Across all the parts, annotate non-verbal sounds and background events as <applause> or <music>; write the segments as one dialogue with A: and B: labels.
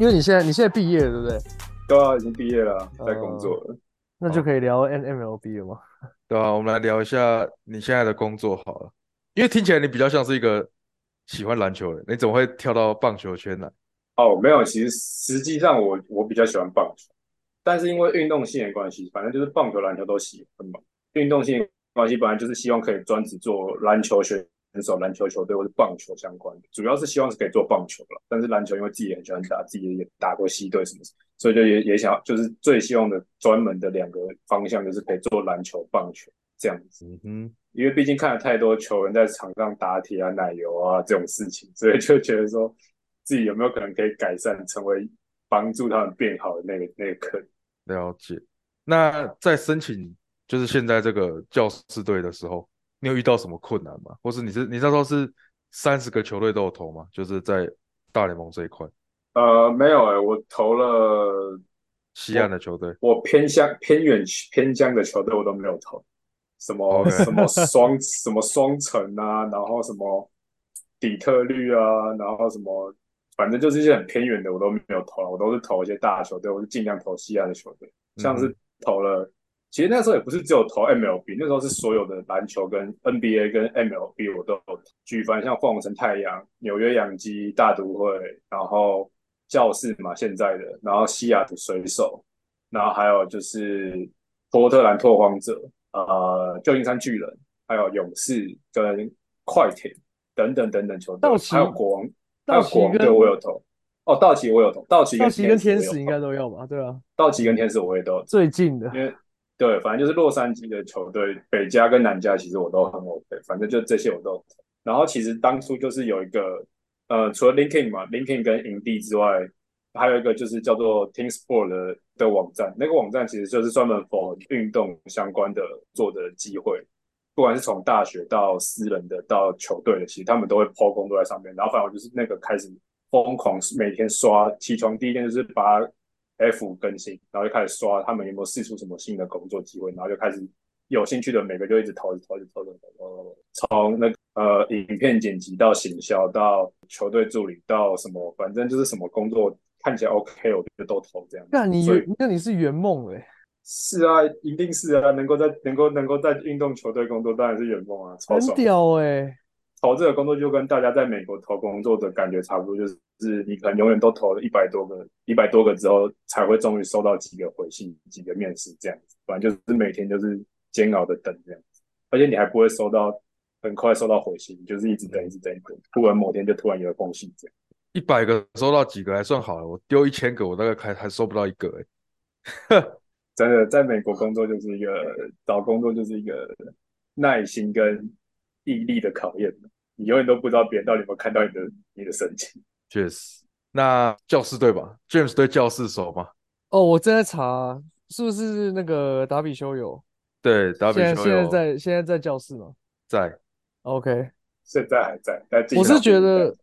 A: 因为你现在你现在毕业了，对不对？
B: 对啊，已经毕业了，在工作了。
A: 那就可以聊 N M L B 了吗？
C: 对啊，我们来聊一下你现在的工作好了，因为听起来你比较像是一个喜欢篮球的人，你怎么会跳到棒球圈来？
B: 哦，没有，其实实际上我我比较喜欢棒球，但是因为运动性的关系，反正就是棒球、篮球都喜欢嘛。运动性的关系本来就是希望可以专职做篮球选手、篮球球队或是棒球相关的，主要是希望是可以做棒球了。但是篮球因为自己也很喜欢打，自己也打过西队什么的，所以就也也想要就是最希望的专门的两个方向就是可以做篮球、棒球这样子。
C: 嗯哼，
B: 因为毕竟看了太多球员在场上打铁啊、奶油啊这种事情，所以就觉得说自己有没有可能可以改善，成为帮助他们变好的那个那个可能。
C: 了解。那在申请就是现在这个教师队的时候，你有遇到什么困难吗？或是你是你那时候是三十个球队都有投吗？就是在大联盟这一块，
B: 呃，没有诶、我投了
C: 西岸的球队。
B: 我偏乡偏远区偏乡的球队我都没有投，什么
C: OK
B: 什么双什么双城啊，然后什么底特律啊，然后什么，反正就是一些很偏远的我都没有投啊，我都是投一些大球队，我是尽量投西亚的球队，像是投了，其实那时候也不是只有投 MLB，那时候是所有的篮球跟 NBA 跟 MLB 我都有投举凡像凤凰城太阳、纽约洋基、大都会，然后教室嘛现在的，然后西雅图水手。然后还有就是波特兰拓荒者、呃旧金山巨人，还有勇士跟快艇等等等等球队，
A: 道奇
B: 还有国王，还
A: 道
B: 有
A: 奇
B: 国王队
A: 跟
B: 我有投，哦，道奇我有投，道奇
A: 道
B: 跟
A: 奇跟天
B: 我
A: 使
B: 有
A: 应
B: 投
A: 该都要吧？对啊，
B: 道奇跟天使我也都有投，
A: 最近的
B: 因为对，反正就是洛杉矶的球队，北加跟南加其实我都很 OK，反正就这些我都有投。然后其实当初就是有一个，呃，除了 LinkedIn 嘛，LinkedIn 跟营地之外，还有一个就是叫做 Team Sport 的的网站，那个网站其实就是专门 for 运动相关的做的机会，不管是从大学到私人的到球队的，其实他们都会 po 工作在上面。然后反正我就是那个开始疯狂每天刷，起床第一天就是把 F 更新，然后就开始刷他们有没有试出什么新的工作机会，然后就开始有兴趣的每个就一直投，一直投，一直投，一直投，从那个呃影片剪辑到行销到球队助理到什么，反正就是什么工作看起来 OK，我就都投这样子。
A: 那啊你
B: 所以
A: 圆，那你是圆梦欸嘞，
B: 是啊，一定是啊，能够在能够能够在运动球队工作当然是圆梦啊，超
A: 很
B: 爽。
A: 屌哎！
B: 投这个工作就跟大家在美国投工作的感觉差不多，就是是你可能永远都投了一百多个，一百多个之后才会终于收到几个回信、几个面试这样子，反正就是每天就是煎熬的等这样子，而且你还不会收到，很快收到回信，就是一直等、一直等、一直等，突然某天就突然有一封信这样。
C: 一百个收到几个还算好了，我丢一千个我大概还还收不到一个、欸。
B: 真的，在美国工作就是一个找工作就是一个耐心跟毅力的考验，你永远都不知道别人到底有没有看到你的你的申请。
C: 确实，那教士队吧，James 对教士熟吗？
A: 哦，我正在查是不是那个达比修有，
C: 对，达比
A: 现在
C: 修
A: 现在
C: 有
A: 在现在在教室吗
C: 在，
A: ？OK，
B: 现在还在，但进
A: 我是
B: 伤
A: 觉
B: 病
A: 得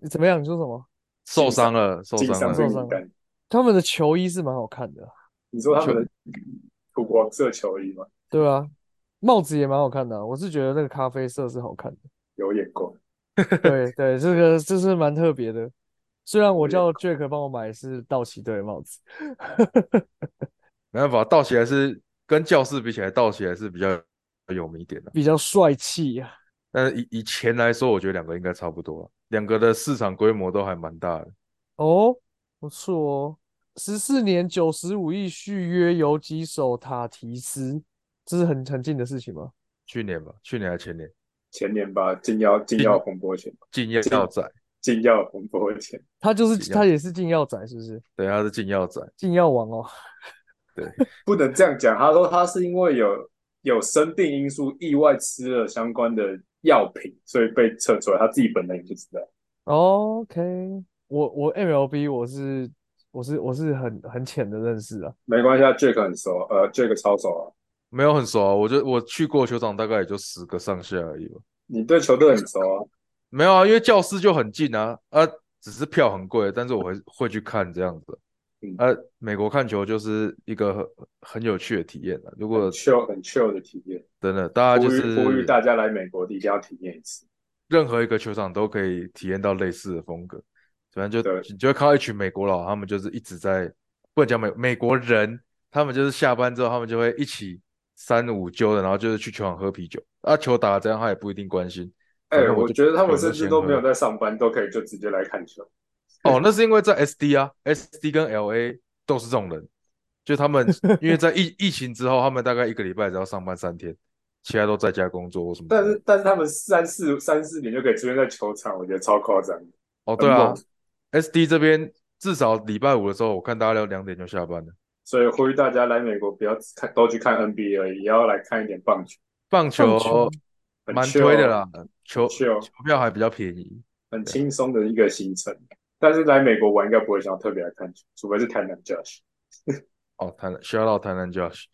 B: 单
A: 怎么样？你说什么？
C: 受伤了，受
B: 进
C: 伤
B: 伤
C: 了，
B: 病
A: 受伤
B: 单。
A: 他们的球衣是蛮好看的，啊
B: 你说他们的土黄色球衣吗？
A: 对啊，帽子也蛮好看的啊，我是觉得那个咖啡色是好看的。
B: 有眼光，
A: 对对，这个这是蛮特别的。虽然我
B: 有
A: 叫 Jack 帮我买的是道奇队的帽子，
C: 没办法，道奇还是跟教士比起来，道奇还是比较有名一点的、
A: 比较帅气啊。
C: 但是以以前来说，我觉得两个应该差不多啊，两个的市场规模都还蛮大的。
A: 哦，不错哦，十四年九十五亿续约游击手塔提斯，这是很很近的事情吗？
C: 去年吧，去年还前年，
B: 前年吧，禁药禁药风波前，
C: 禁药仔，
B: 禁药风波前，
A: 他就是
C: 一样
A: 他也是禁药仔，是不是？
C: 对，他是禁药仔，
A: 禁药王哦。
B: 不能这样讲。他说他是因为有有生病因素，意外吃了相关的药品，所以被测出来。他自己本人也不知道。
A: 哦 OK，我我 MLB 我是我是我是很很浅的认识啊。
B: 没关系啊，Jack 很熟，呃，Jack 超熟啊。
C: 没有很熟啊。我觉得我去过球场大概也就十个上下而已吧。
B: 你对球队很熟啊，
C: 没有啊，因为教室就很近啊，啊，只是票很贵，但是我会会去看这样子
B: 嗯。
C: 啊，美国看球就是一个很很有趣的体验啊。如
B: 很
C: 果
B: chill 很 chill 的体验，
C: 真的大家
B: 呼吁
C: 就是
B: 呼吁大家来美国的一定要体验一次。
C: 任何一个球场都可以体验到类似的风格，反正就
B: 对
C: 你就会看到一群美国佬，他们就是一直在，不能讲美美国人，他们就是下班之后，他们就会一起三五揪的，然后就是去球场喝啤酒。啊，球打得怎样，他也不一定关心。
B: 哎、
C: 反正
B: 我
C: 就
B: 觉得他们
C: 有
B: 甚
C: 时
B: 至
C: 间
B: 都
C: 喝
B: 没有在上班，都可以就直接来看球。 <laughs>
C: 哦，那是因为在 SD 啊，SD 跟 LA 都是这种人，就他们因为
B: <laughs>
C: 在疫疫情之后，他们大概一个礼拜只要上班三天，其他都在家工作或什么之类
B: 但
C: 的。
B: 是但是他们三四三四年就可以出现在球场，我觉得超夸张的。
C: 哦，对
B: 很
C: 啊
B: 猛
C: ，SD 这边至少礼拜五的时候，我看大家两点就下班了。
B: 所以呼吁大家来美国不要只看都去看 NBA 而已，也要来看一点棒球，
C: 棒球
A: 球
B: 很
C: 蛮
B: chill 啊
C: 推的啦，球
B: 很 chill
C: 球票还比较便宜。
B: 很轻松的一个行程。但是来美国玩应该不会想要特别来看球，除非是台南 Josh。
C: 哦，台南 shout out 台南 Josh，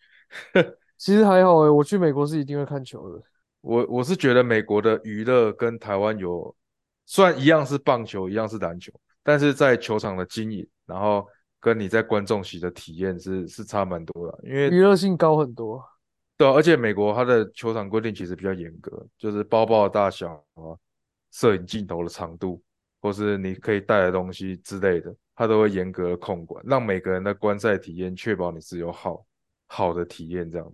A: 其实还好欸诶、我去美国是一定会看球的。
C: 我我是觉得美国的娱乐跟台湾有，虽然一样是棒球，一样是篮球，但是在球场的经营，然后跟你在观众席的体验是是差蛮多的。因为
A: 娱乐性高很多。
C: 对啊、而且美国它的球场规定其实比较严格，就是包包的大小啊、摄影镜头的长度，或是你可以带的东西之类的，它都会严格的控管，让每个人的观赛体验确保你是有好好的体验这样。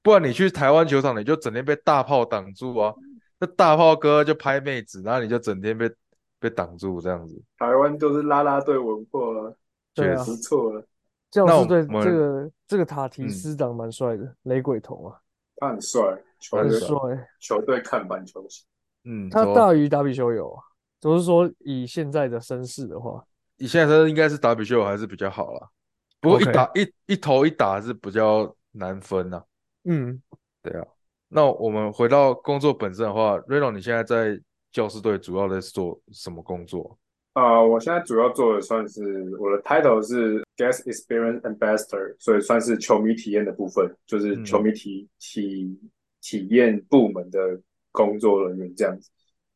C: 不然你去台湾球场，你就整天被大炮挡住啊，那大炮哥就拍妹子，然后你就整天被被挡住这样子。
B: 台湾就是啦啦队文化啊，
A: 对啊
B: 不错啊，
A: 教
C: 那
A: 士
C: 我
A: 队
C: 们
A: 这个这个塔提
C: 嗯
A: 斯长蛮帅的，雷鬼头啊，
B: 他很帅，球
C: 很
A: 很
B: 队
C: 帅
A: 帅。
B: 球队看板球星。
C: 嗯，
A: 他
C: 走
A: 大于达比修有啊，只是说以现在的身世的话，
C: 你现在应该是打比秀还是比较好啦，不过一
A: OK
C: 打一一投一打是比较难分啊呐、
A: 嗯，
C: 啊那我们回到工作本身的话，Reno，你现在在教师队主要在做什么工作？
B: 啊、我现在主要做的算是我的 title 是 Guest Experience Ambassador，所以算是球迷体验的部分，就是
C: 嗯
B: 球迷体体体验部门的工作人员这样子。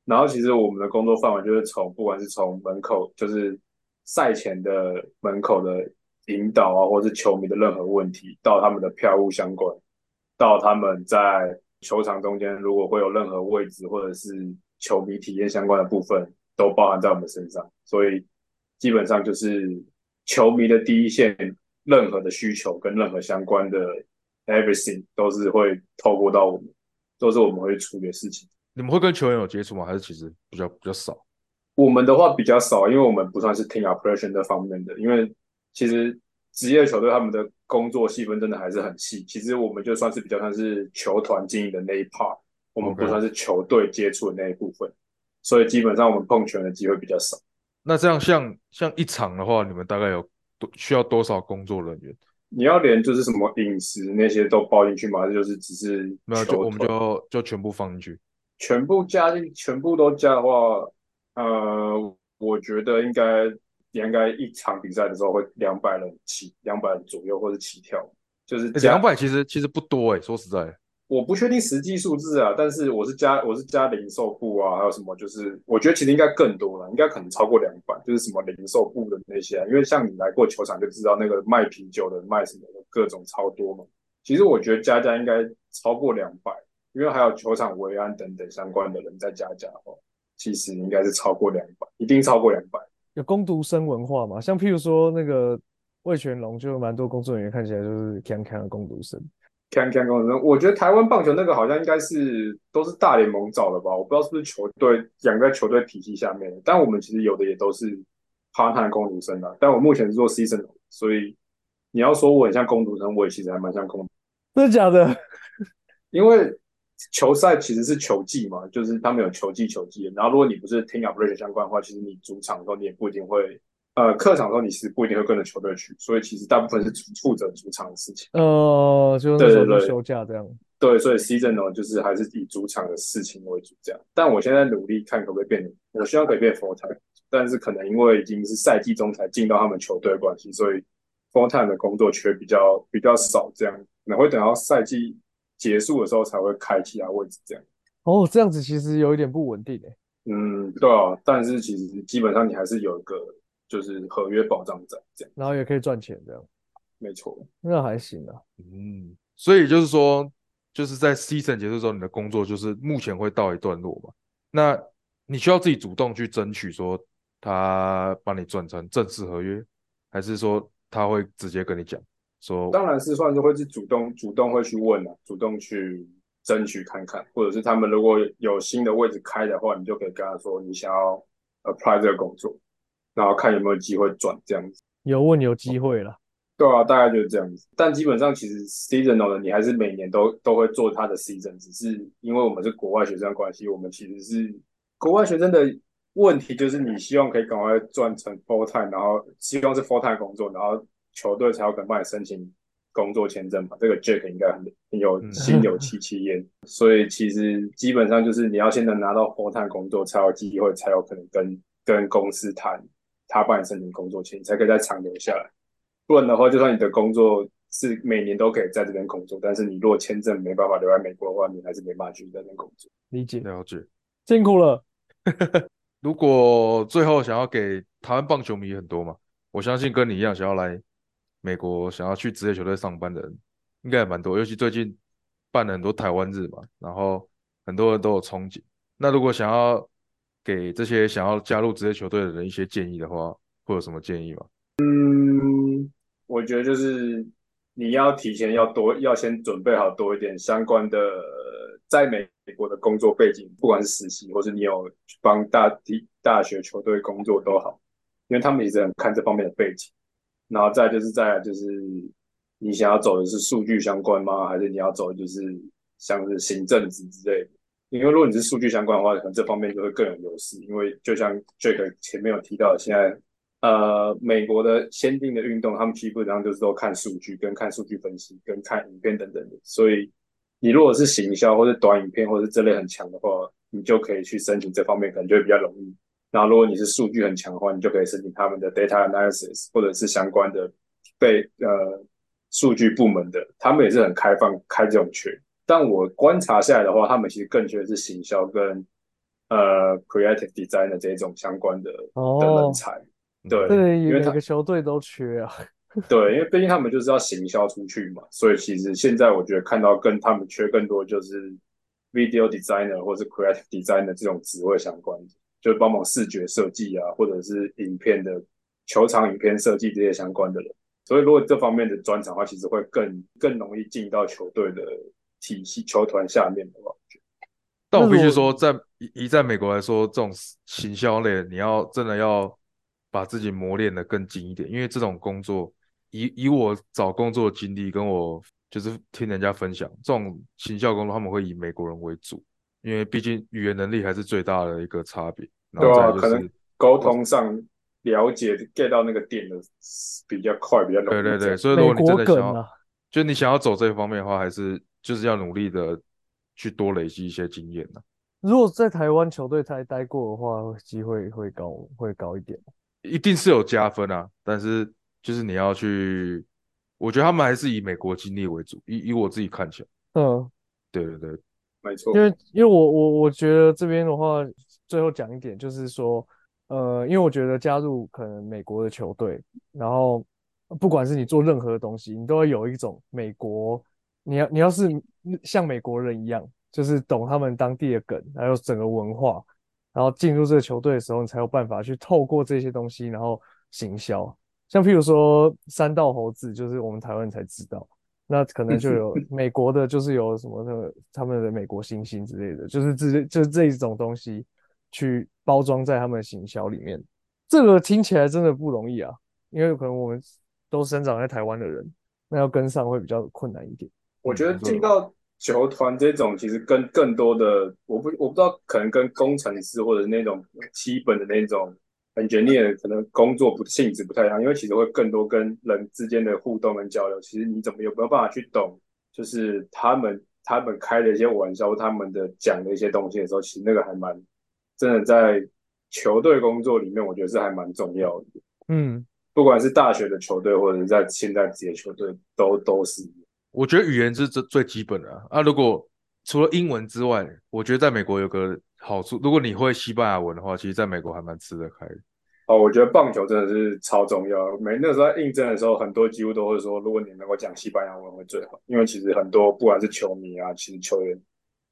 B: 然后其实我们的工作范围就是从不管是从门口，就是赛前的门口的引导啊，或是球迷的任何问题，到他们的票务相关，到他们在球场中间如果会有任何位置或者是球迷体验相关的部分，都包含在我们身上。所以基本上就是球迷的第一线，任何的需求跟任何相关的 everything 都是会透过到我们，都是我们会处理的事情。
C: 你们会跟球员有接触吗？还是其实比较比较少？
B: 我们的话比较少，因为我们不算是 team operation 这方面的，因为其实职业球队他们的工作细分真的还是很细。其实我们就算是比较像是球团经营的那一 part，我们
C: OK
B: 不算是球队接触的那一部分，所以基本上我们碰拳的机会比较少。
C: 那这样像像一场的话，你们大概有多需要多少工作人员？
B: 你要连就是什么饮食那些都包进去吗？还是就是只是
C: 没有，就
B: 球
C: 我们
B: 团
C: 就就全部放进去。
B: 全部加进，全部都加的话，呃，我觉得应该应该一场比赛的时候会两百人起，两百人左右或者起跳，就是加
C: 两百其实其实不多诶、说实在的，
B: 我不确定实际数字啊，但是我是加我是加零售部啊，还有什么就是，我觉得其实应该更多了，应该可能超过两百，就是什么零售部的那些啊，因为像你来过球场就知道那个卖啤酒的、卖什么的各种超多嘛。其实我觉得加加应该超过两百，因为还有球场维安等等相关的人在加加的话，其实应该是超过两百，一定超过两百。
A: 有攻读生文化嘛，像譬如说那个魏全龙，就有蛮多工作人员看起来就是康康的攻读生，
B: 看看工程，我觉得台湾棒球那个好像应该是都是大联盟找的吧，我不知道是不是球队养在球队体系下面的，但我们其实有的也都是 part time 工读生啊啦，但我目前是做 season，所以你要说我很像工读生，我也其实还蛮像工读，
A: 真的假的？ <laughs>
B: 因为球赛其实是球季嘛，就是他们有球季球季，然后如果你不是 team operation 相关的话，其实你主场的时候你也不一定会，呃，客场的时候你其实不一定会跟着球队去，所以其实大部分是负责主场的事情。
A: 呃，就那时候
B: 对对
A: 就
B: 对
A: 休假这样。
B: 对，所以 seasonal 就是还是以主场的事情为主这样。但我现在努力看可不可以变，我希望可以变 full time，但是可能因为已经是赛季中才进到他们球队的关系，所以 full time 的工作却比较比较少这样，可能会等到赛季结束的时候才会开其他位置这样。
A: 哦，这样子其实有一点不稳定诶、欸
B: 嗯，对啊，但是其实基本上你还是有一个就是合约保障在这样，
A: 然后也可以赚钱这样，
B: 没错。
A: 那还行啊。
C: 嗯，所以就是说，就是在 season 结束之后，你的工作就是目前会到一段落嘛？那你需要自己主动去争取说他帮你转成正式合约，还是说他会直接跟你讲说
B: 当然是算是会是主动主动会去问啊，主动去争取看看，或者是他们如果有新的位置开的话，你就可以跟他说你想要 apply 这个工作，然后看有没有机会转这样子。
A: 有问有机会了。
B: 对啊，大概就是这样子。但基本上其实 seasonal 的你还是每年都都会做它的 season，只是因为我们是国外学生的关系，我们其实是国外学生的问题就是你希望可以赶快转成 full time，然后希望是 full time 工作，然后球队才有可能帮你申请工作签证嘛。这个 Jack 应该很很有
C: 嗯
B: 心有戚戚焉，所以其实基本上就是你要先能拿到 full time 工作，才有机会，才有可能跟跟公司谈他帮你申请工作签，你才可以再长留下来。不然的话，就算你的工作是每年都可以在这边工作，但是你如果签证没办法留在美国的话，你还是没办法继续在这边工作。
A: 理解，
C: 了解？
A: 辛苦了。
C: 如果最后想要给台湾棒球迷很多嘛，我相信跟你一样想要来美国、想要去职业球队上班的人，应该也蛮多。尤其最近办了很多台湾日嘛，然后很多人都有憧憬。那如果想要给这些想要加入职业球队的人一些建议的话，会有什么建议吗？
B: 嗯，我觉得就是你要提前要多要先准备好多一点相关的呃在美国的工作背景，不管是实习或是你有帮大体大学球队工作都好，因为他们一直很看这方面的背景。然后再就是再来就是你想要走的是数据相关吗？还是你要走的就是像是行政职之类的？因为如果你是数据相关的话，可能这方面就会更有优势。因为就像 Jack 前面有提到的，现在呃，美国的先进的运动，他们基本上就是都看数据、跟看数据分析、跟看影片等等的。所以，你如果是行销或者短影片或者这类很强的话，你就可以去申请这方面，可能就会比较容易。然后，如果你是数据很强的话，你就可以申请他们的 data analysis 或者是相关的被呃数据部门的，他们也是很开放开这种缺。但我观察下来的话，他们其实更缺的是行销跟呃 creative design 的这种相关的的
A: 哦
B: 人才。
C: 嗯
B: 对
A: 这里
B: 因
A: 每
B: 为他
A: 个球队都缺啊。
B: 对，因为毕竟他们就是要行销出去嘛，所以其实现在我觉得看到跟他们缺更多就是 video designer 或是 creative designer 这种职位相关的，就是帮忙视觉设计啊，或者是影片的球场影片设计这些相关的人。所以如果这方面的专长的话，其实会更更容易进到球队的体系球团下面的话，我觉得
C: 但我
A: 那
C: 必须
A: 如
C: 说，在一一在美国来说，这种行销类，你要真的要把自己磨练的更精一点，因为这种工作，以以我找工作的经历，跟我就是听人家分享，这种行销工作他们会以美国人为主，因为毕竟语言能力还是最大的一个差别。然后
B: 对啊
C: 再来
B: 可
C: 就
B: 能
C: 是，
B: 沟通上了解 get 到那个点的比较快，比较容
C: 对
B: 易
C: 对
B: 这
C: 对，
B: 样。
C: 所以如
A: 美
C: 果你真
A: 国
C: 的想
A: 梗
C: 要，
A: 啊，
C: 就你想要走这一方面的话，还是就是要努力的去多累积一些经验呢、
A: 如果在台湾球队待待过的话，机会会高会高一点。
C: 一定是有加分啊，但是就是你要去，我觉得他们还是以美国经历为主，以以我自己看起来，
A: 嗯，
C: 对对对，
B: 没错
A: 因。为因为我我我觉得这边的话，最后讲一点就是说，呃，因为我觉得加入可能美国的球队，然后不管是你做任何东西，你都会有一种美国，你要你要是像美国人一样，就是懂他们当地的梗，还有整个文化，然后进入这个球队的时候，你才有办法去透过这些东西，然后行销。像譬如说三道猴子，就是我们台湾人才知道，那可
C: 嗯
A: 能就有美国的，就是有什么的他们的美国星星之类的，就是这就是这一种东西去包装在他们的行销里面。这个听起来真的不容易啊，因为可能我们都生长在台湾的人，那要跟上会比较困难一点。
B: 我觉得
C: 嗯没错
B: 进到球团这种，其实跟更多的，我不我不知道，可能跟工程师或者那种基本的那种 engineer 可能工作不性质不太一样，因为其实会更多跟人之间的互动跟交流。其实你怎么有没有办法去懂，就是他们他们开的一些玩笑，他们的讲的一些东西的时候，其实那个还蛮真的在球队工作里面，我觉得是还蛮重要的。
A: 嗯，
B: 不管是大学的球队，或者是在现在职业球队，都都是一样。
C: 我觉得语言是最最基本的啊。啊，如果除了英文之外，我觉得在美国有个好处，如果你会西班牙文的话，其实在美国还蛮吃得开的。
B: 哦，我觉得棒球真的是超重要。每那时候在应征的时候，很多几乎都会说，如果你能够讲西班牙文会最好，因为其实很多不管是球迷啊，其实球员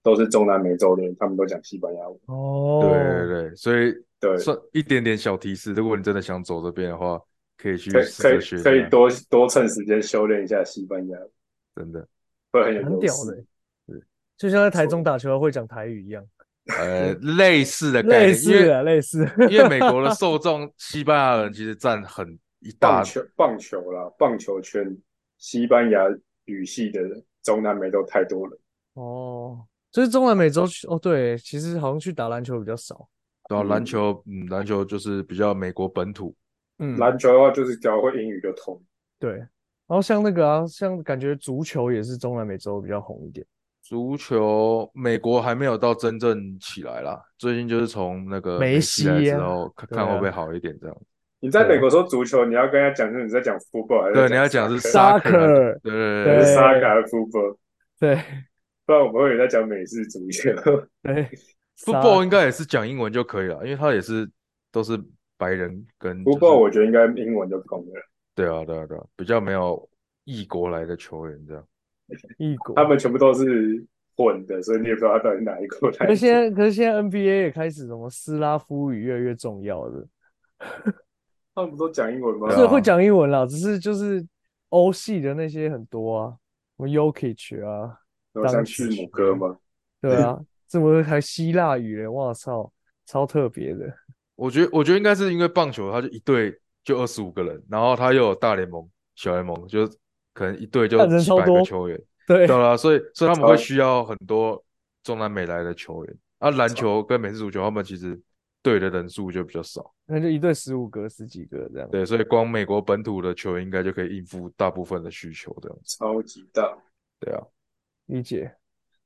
B: 都是中南美洲的人，他们都讲西班牙文。
A: 哦
C: 对对对，所以
B: 对，
C: 算一点点小提示，如果你真的想走这边的话，可以去
B: 可以
C: 试
B: 可
C: 着
B: 以
C: 学一下，
B: 可以多多趁时间修炼一下西班牙，<laughs>
C: 真的，
B: 会很有
A: 很
B: 优
A: 屌
B: 势
A: 的、欸
C: 是
A: 就像在台中打球会讲台语一样，
C: 呃，类似的概念，
A: 类似啊，类似。
C: 因为因为美国的受众西班牙人其实占很一大
B: 棒球棒球啦，棒球圈西班牙语系的人中南美都太多了。
A: 哦，就是中南美洲去哦，对，其实好像去打篮球比较少。
C: 对啊，
B: 嗯
C: 篮球，嗯，篮球就是比较美国本土，
A: 嗯，
B: 篮球的话，就是只要会英语就通。
A: 对。然后像那个啊，像感觉足球也是中南美洲比较红一点。
C: 足球美国还没有到真正起来啦，最近就是从那个
A: 梅
C: 西来
A: 西
C: 之
A: 啊
C: 后，看
A: 对
C: 看会
A: 啊
C: 不会好一点这样。
B: 你在
A: 对
B: 美国说足球，你要跟他讲是你在讲 football 还是
C: 啊对，你
B: 在
C: 要讲是
B: soccer？
A: Soccer
C: soccer，对
B: 还
C: 对对
A: 对
B: 是 soccer 还是 football？
A: 对
B: 不然我们会以为在讲美式 <laughs> 足球。
A: 对
C: football 应该也是讲英文就可以了，因为它也是都是白人跟、就是、
B: football 我觉得应该英文就通了，
C: 对啊对啊对啊，比较没有异国来的球员这样。
A: 异国。
B: 他们全部都是混的，所以你也不知道他到底哪一国来
A: 可
B: 的
A: 是。现在，可是现在 NBA 也开始什么斯拉夫语越来越重要了，
B: 他们不都讲英文吗
C: 对啊？
A: 所以会讲英文啦，只是就是欧系的那些很多啊，什么 Yokich 啊，
B: 然后像字母哥吗？
A: 对啊，怎么还希腊语嘞？哇操，超特别的。
C: 我觉得我觉得应该是因为棒球，它就一队就二十五个人，然后它又有大联盟、小联盟，就可能一队就
A: 看人
C: 几
A: 超
C: 百个
A: 多
C: 球员。
A: 对，
C: 对啊，所以所以他们会
B: 超
C: 需要很多中南美来的球员啊，篮球跟美式足球他们其实队的人数就比较少，
A: 那就一队十五个、十几个这样。
C: 对，所以光美国本土的球员应该就可以应付大部分的需求这样子，
B: 超级大，
C: 对啊，
A: 理解。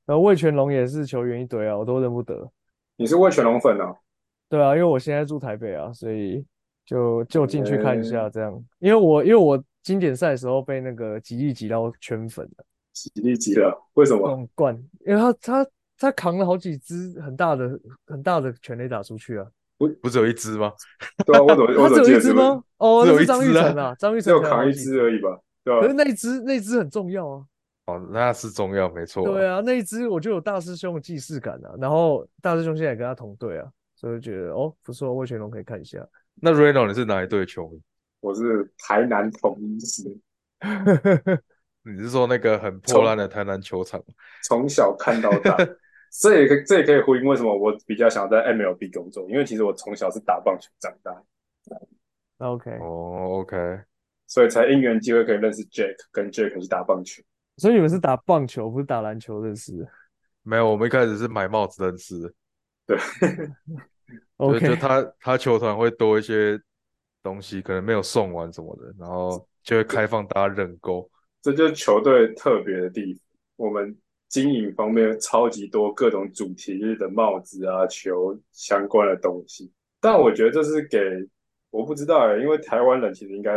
A: 然后魏全龙也是球员一堆啊，我都认不得。
B: 你是魏全龙粉哦？
A: 对啊，因为我现在住台北啊，所以就就进去看一
B: 嗯
A: 下这样。因为我因为我经典赛的时候被那个吉力吉到圈粉了，
B: 几力几了？为什么？
A: 种冠，因为他他他扛了好几支很大的很大的全垒打出去啊。
C: 不只有一支吗？
B: 对啊，我
A: <laughs>
B: 怎么我
A: 他
B: 怎
A: 只
B: 么
A: 有一
B: 记得
A: 支
B: 是
A: 吗？哦，
C: 只
A: 那
C: 有一
A: 是张
C: 支
A: 玉成
C: 啊
A: 啊，张玉
B: <laughs> 只
A: 成
B: 有
A: 扛了好
B: 扛一
A: 几
B: 支啊而已吧？对
A: 可是
B: 吧？
A: 那一支那一支很重要啊。
C: 哦，那是重要，没错，
A: 对啊，那一支我就有大师兄的既视感啊。然后大师兄现在也跟他同队啊，所以我就觉得哦不错，魏全龙可以看一下。
C: 那 Reno 你是哪一队球迷？
B: 我是台南统一师，
C: 你是说那个很破烂的台南球场？
B: 从小看到
A: <laughs>
B: 大。这也可以这也可以呼应为什么我比较想要在 MLB 工作，因为其实我从小是打棒球长大，
A: OK，
C: 哦，OK，
B: 所以才因缘机会可以认识 Jack，跟 Jack 去打棒球。
A: 所以你们是打棒球，不是打篮球认识的
C: 没有，我们一开始是买帽子认识的，就就
A: ？OK，
C: 他他球团会多一些东西，可能没有送完什么的，然后就会开放大家认购。
B: 这就是球队特别的地方。我们经营方面超级多各种主题日的帽子啊、球相关的东西，但我觉得这是给我不知道欸，因为台湾人其实应该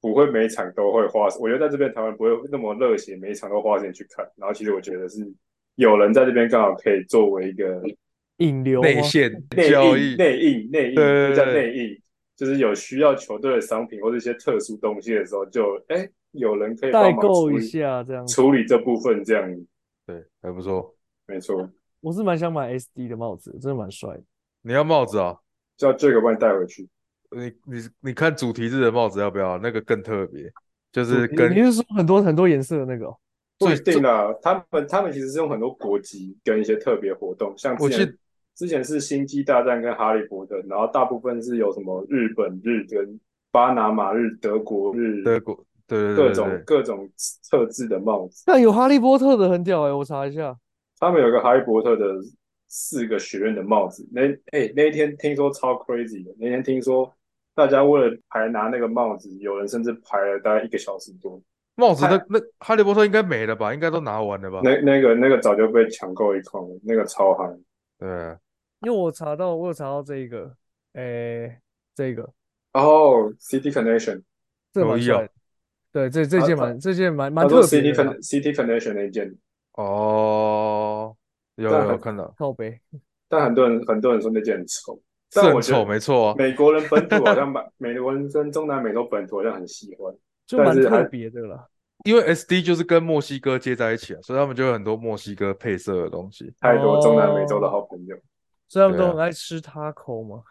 B: 不会每场都会花，我觉得在这边台湾不会那么热血，每一场都花时间去看。然后其实我觉得是有人在这边刚好可以作为一个
A: <laughs> 引流
C: 内
A: 吗
C: 线
B: 内
C: 交
B: 应、
C: 易，
B: 内应、内应，
C: 对
B: 就叫内应，就是有需要球队的商品或者一些特殊东西的时候就，哎有人可以帮
A: 代
B: 忙
A: 购
B: 处
A: 一
B: 理
A: 下这样子。
B: 处理这部分，这样
C: 对，还不错。
B: 没错。
A: 我是蛮想买 SD 的帽子，真的蛮帅的。
C: 你要帽子啊？
B: 叫这个帮你带回去。
C: 你你你看主题日的帽子要不要？那个更特别，就是
A: 你
C: 跟
A: 你是说很多很多颜色的那个哦？
B: 不
C: 最
B: 一定啦，他们他们其实是用很多国籍跟一些特别活动，像
C: 我
B: 之
C: 记
B: 前之前是《星际大战》跟《哈利波特》，然后大部分是有什么日本日跟巴拿马日、德国日
C: 德国，对对
B: 各
C: 对
B: 种
C: 对对，
B: 各种特制的帽子。
A: 但啊有哈利波特的很屌哎，我查一下。
B: 他们有个哈利波特的四个学院的帽子，那哎、那一天听说超 crazy 的，那天听说大家为了排拿那个帽子，有人甚至排了大概一个小时多。
C: 帽子那那哈利波特应该没了吧？应该都拿完了吧？
B: 那那个那个早就被抢购一空了，那个超嗨。
C: 对，
A: 因为我查到，我有查到这一个，诶，这个
B: 哦，City Connection，
A: 这个
C: 有
A: 蛮
C: 意
A: 帅
C: 哦
A: 的。对，这这
B: 他
A: 件
B: 他
A: 蛮这件蛮蛮
B: 他说
A: 特别
B: City
A: 的啦
B: Con City Connection 那一件，
C: 哦，有
B: 但
C: 有有
B: 很
C: 看到，
A: 靠背。
B: 但很多人很多人说那件很丑，
C: 是
B: 但
C: 很
B: 我觉得
C: 丑，没错啊。
B: 美国人本土好像蛮， <laughs> 美国人跟中南美洲本土好像很喜欢，
A: 就
B: 但
A: 蛮
B: 是
A: 特
B: 还
A: 别的啦。
C: 因为 SD 就是跟墨西哥接在一起啊，所以他们就有很多墨西哥配色的东西。
B: 太多中南美洲的好朋友。
A: 所以他们
C: 对
A: 都
C: 啊
A: 很爱吃 taco 嘛。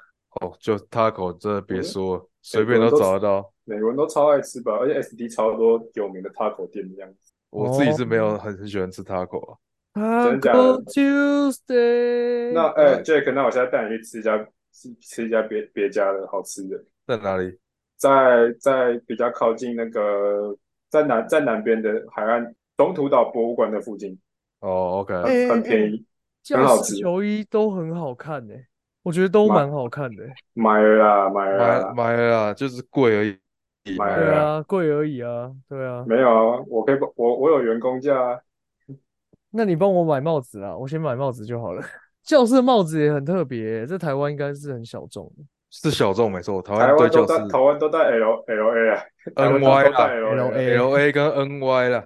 C: 哦，就 taco 真的别
B: 嗯
C: 说了，随便都找得到。
B: 美国人都超爱吃吧，而且 SD 超多有名的 taco 店这样子。
C: 我自己是没有
B: 哦
C: 很很喜欢吃 taco 啊，
B: 真假的
A: Taco Tuesday，
B: 那哎、
C: 对
B: Jack，那我现在带你去吃一家吃吃一家别别家的好吃的，
C: 在哪里？
B: 在在比较靠近那个在南在南边的海岸东土岛博物馆的附近，
C: 哦，OK，
A: 哎
B: 很便宜，
A: 教
B: 很好
A: 师
B: 吃
A: 球衣都很好看呢、我觉得都
B: 买
A: 蛮好看的欸、
B: 买了啦，买了
C: 买
B: 啦，
C: 买了啦，就是贵而已，
B: 啊买
A: 对
B: 了啦
A: 啊，贵而已啊，对啊。
B: 没有啊，我可以帮我我有员工价啊，
A: 那你帮我买帽子啊，我先买帽子就好了。教室的帽子也很特别欸、在台湾应该是很小众的。
C: 是小众没错，台
B: 台
C: 湾对
B: 湾
C: 教
B: 都
C: 师
B: 戴台湾都戴 L L A 啊，台湾
C: N
B: 都戴
C: Y 啦
B: L
A: LA
B: A，
C: ，L A 跟 N Y 啦，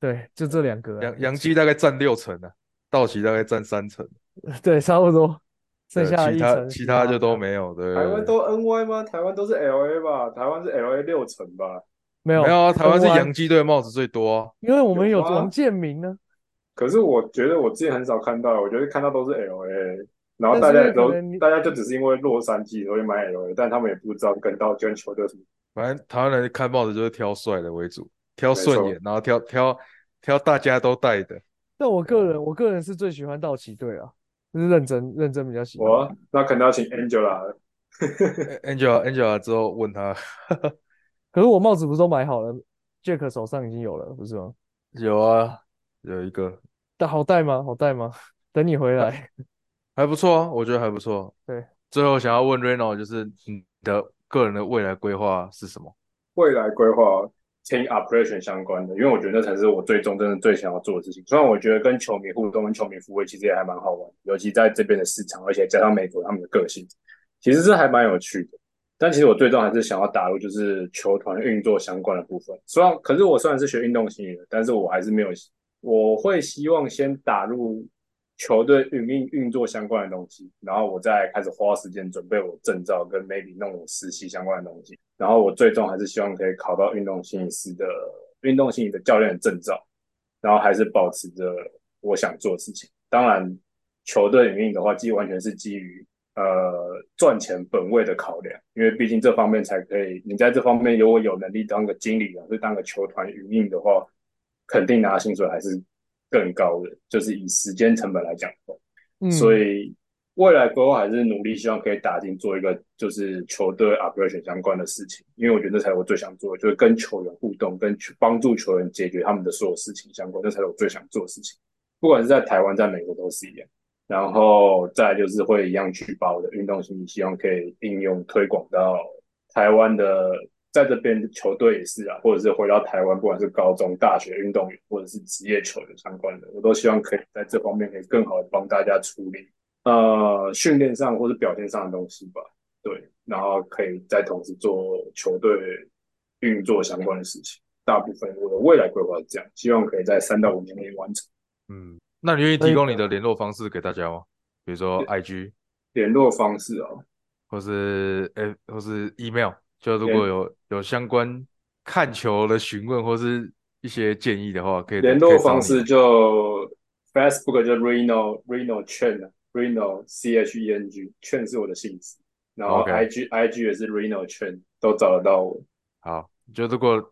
A: 对，就这两个啊、
C: 杨杨基大概占六成啊，道奇大概占三成，
A: <laughs> 对，差不
C: <laughs>
A: 多。剩
C: 对
A: 下
C: 其
A: 一
C: 他
A: 层
C: 其他就都
A: 没
C: 没有，对，
B: 台湾都 N Y 吗？台湾都是 L A 吧？台湾是 L A 六成吧？
A: 没
C: 没有啊，台湾是
A: NY
C: 洋基队帽子最多啊，
A: 因为我们有
B: 有吗
A: 王建民呢、
B: 可是我觉得我之前很少看到，我觉得看到都是 L A，然后
A: 但
B: 大
A: 是
B: 家也都
A: 可能你
B: 大家就只是因为洛杉矶所以买 L A，但他们也不知道跟到跟球队有什么。
C: 反正台湾人看帽子就是挑帅的为主，挑
B: 没
C: 顺
B: 错
C: 眼，然后挑挑挑大家都戴的，
A: 但我个人，我个人是最喜欢道奇队啊，就是认真认真比较喜欢。
C: 啊
B: 我哦那可能要请 Angela 了。
C: Angela Angela 之后问他 <laughs>
A: 可是我帽子不是都买好了，Jack 手上已经有了，不是吗？
C: 有啊，有一个
A: 但好戴吗？好戴吗？ <laughs> 等你回来。
C: 还不错啊，我觉得还不错。
A: 对，
C: 最后想要问 Reno 就是你的个人的未来规划是什么？
B: 未来规划 team operation 相关的，因为我觉得那才是我最终真的最想要做的事情。虽然我觉得跟球迷互动、跟球迷服务其实也还蛮好玩，尤其在这边的市场，而且加上美国他们的个性，其实这还蛮有趣的。但其实我最终还是想要打入就是球团运作相关的部分。虽然，可是我虽然是学运动心理的，但是我还是没有，我会希望先打入球队运营运作相关的东西，然后我再开始花时间准备我证照跟 maybe 弄我实习相关的东西。然后我最终还是希望可以考到运动心理师的运动心理的教练的证照，然后还是保持着我想做的事情。当然，球队营运的话，基完全是基于呃赚钱本位的考量，因为毕竟这方面才可以。你在这方面如果有能力当个经理啊人，或是当个球团营运的话，肯定拿薪水还是更高的，就是以时间成本来讲的话。
A: 嗯，
B: 所以未来规划还是努力，希望可以打进做一个就是球队 operation 相关的事情，因为我觉得这才是我最想做的，就是跟球员互动，跟去帮助球员解决他们的所有事情相关，这才是我最想做的事情。不管是在台湾，在美国都是一样。然后再来就是会一样去把我的运动心理，希望可以应用推广到台湾的，在这边的球队也是啊，或者是回到台湾，不管是高中、大学运动员，或者是职业球员相关的，我都希望可以在这方面可以更好的帮大家处理呃训练上或者表现上的东西吧。对，然后可以再同时做球队运作相关的事情。大部分我的未来规划是这样，希望可以在三到五年内完成。
C: 嗯，那你愿意
A: 所以
C: 提供你的联络方式给大家吗？比如说 IG
B: 联络方式哦，
C: 或是 F 或是 email，就如果有有相关看球的询问或是一些建议的话，可以
B: 联
C: 可
B: 络
C: 以找
B: 方
C: 你
B: 式就 Facebook 就 Reno Reno Chen Reno C H E N G Chen 是我的姓氏，然后
C: OK
B: IG IG 也是 Reno Chen 都找得到我。
C: 好，就如果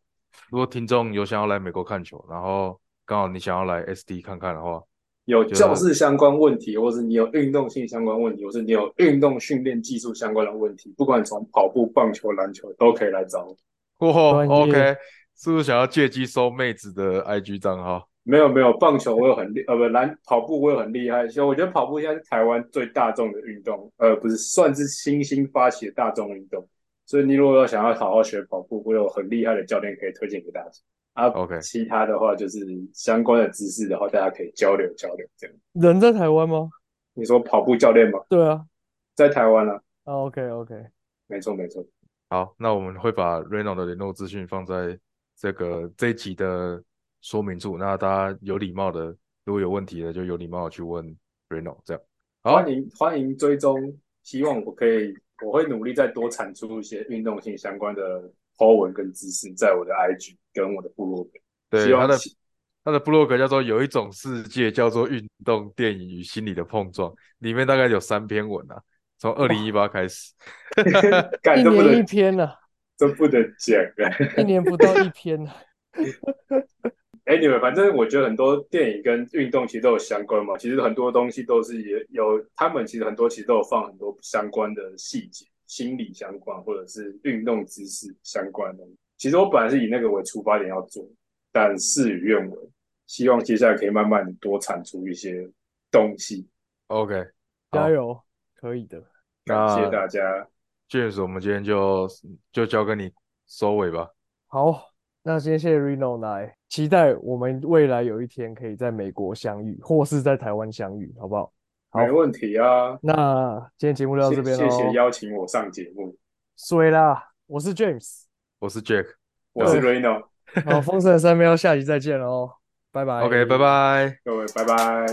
C: 如果听众有想要来美国看球，然后刚好你想要来 SD 看看的话，
B: 有
C: 就是
B: 教室相关问题，或是你有运动性相关问题，或是你有运动训练技术相关的问题，不管从跑步、棒球、篮球都可以来找我。
C: 哦
A: 专业
C: ，OK，是不是想要借机收妹子的 IG 账号？
B: 没有没有，棒球我有很厉，呃不篮跑步我有很厉害，所以我觉得跑步现在是台湾最大众的运动，呃不是算是新兴发起的大众运动，所以你如果要想要好好学跑步，我有很厉害的教练可以推荐给大家。啊
C: OK
B: 其他的话就是相关的知识的话，大家可以交流交流这样。
A: 嗯人在台湾吗？
B: 你说跑步教练吗？
A: 对啊。
B: 在台湾啊，
A: 啊，OK OK，
B: 没错没错，
C: 好，那我们会把 Reno 的联络资讯放在这个这一集的说明处，那大家有礼貌的，如果有问题的就有礼貌的去问 Reno，这样。好，
B: 欢迎欢迎追踪，希望我可以我会努力再多产出一些运动性相关的 po 文跟知识，在我的 IG 跟我的部落格。
C: 对，
B: 希望
C: 他的
B: 其
C: 他的 blog 叫做“有一种世界叫做运动、电影与心理的碰撞”，里面大概有三篇文啊，从二零一八开始，
B: 干
A: 一
B: 哎这不
A: 年一
B: 能
A: 篇
B: <laughs>
A: 呢、啊，
B: 这不能讲 <laughs> 啊。
A: 一年不到一篇呢、啊。
B: Anyway，反正我觉得很多电影跟运动其实都有相关嘛。其实很多东西都是也有，他们其实很多其实都有放很多相关的细节，心理相关或者是运动知识相关的东西。其实我本来是以那个为出发点要做，但事与愿违。希望接下来可以慢慢地多产出一些东西。
C: OK，
A: 加油，可以的。
B: 感谢
C: 那
B: 大家，
C: James，我们今天就就交给你收尾吧。
A: 好，那今天谢谢 Reno 来，期待我们未来有一天可以在美国相遇，或是在台湾相遇，好不好？好
B: 没问题啊。
A: 那今天节目就到
B: 谢
A: 这边
B: 谢
A: 喽
B: 谢，邀请我上节目，
A: 所以啦，我是 James，
C: 我是 Jack，
B: 我是
A: 对
B: Reno， <laughs>
A: 好，丰盛三喵，下集再见喽，拜拜。
C: OK，拜拜。
B: 各位拜拜。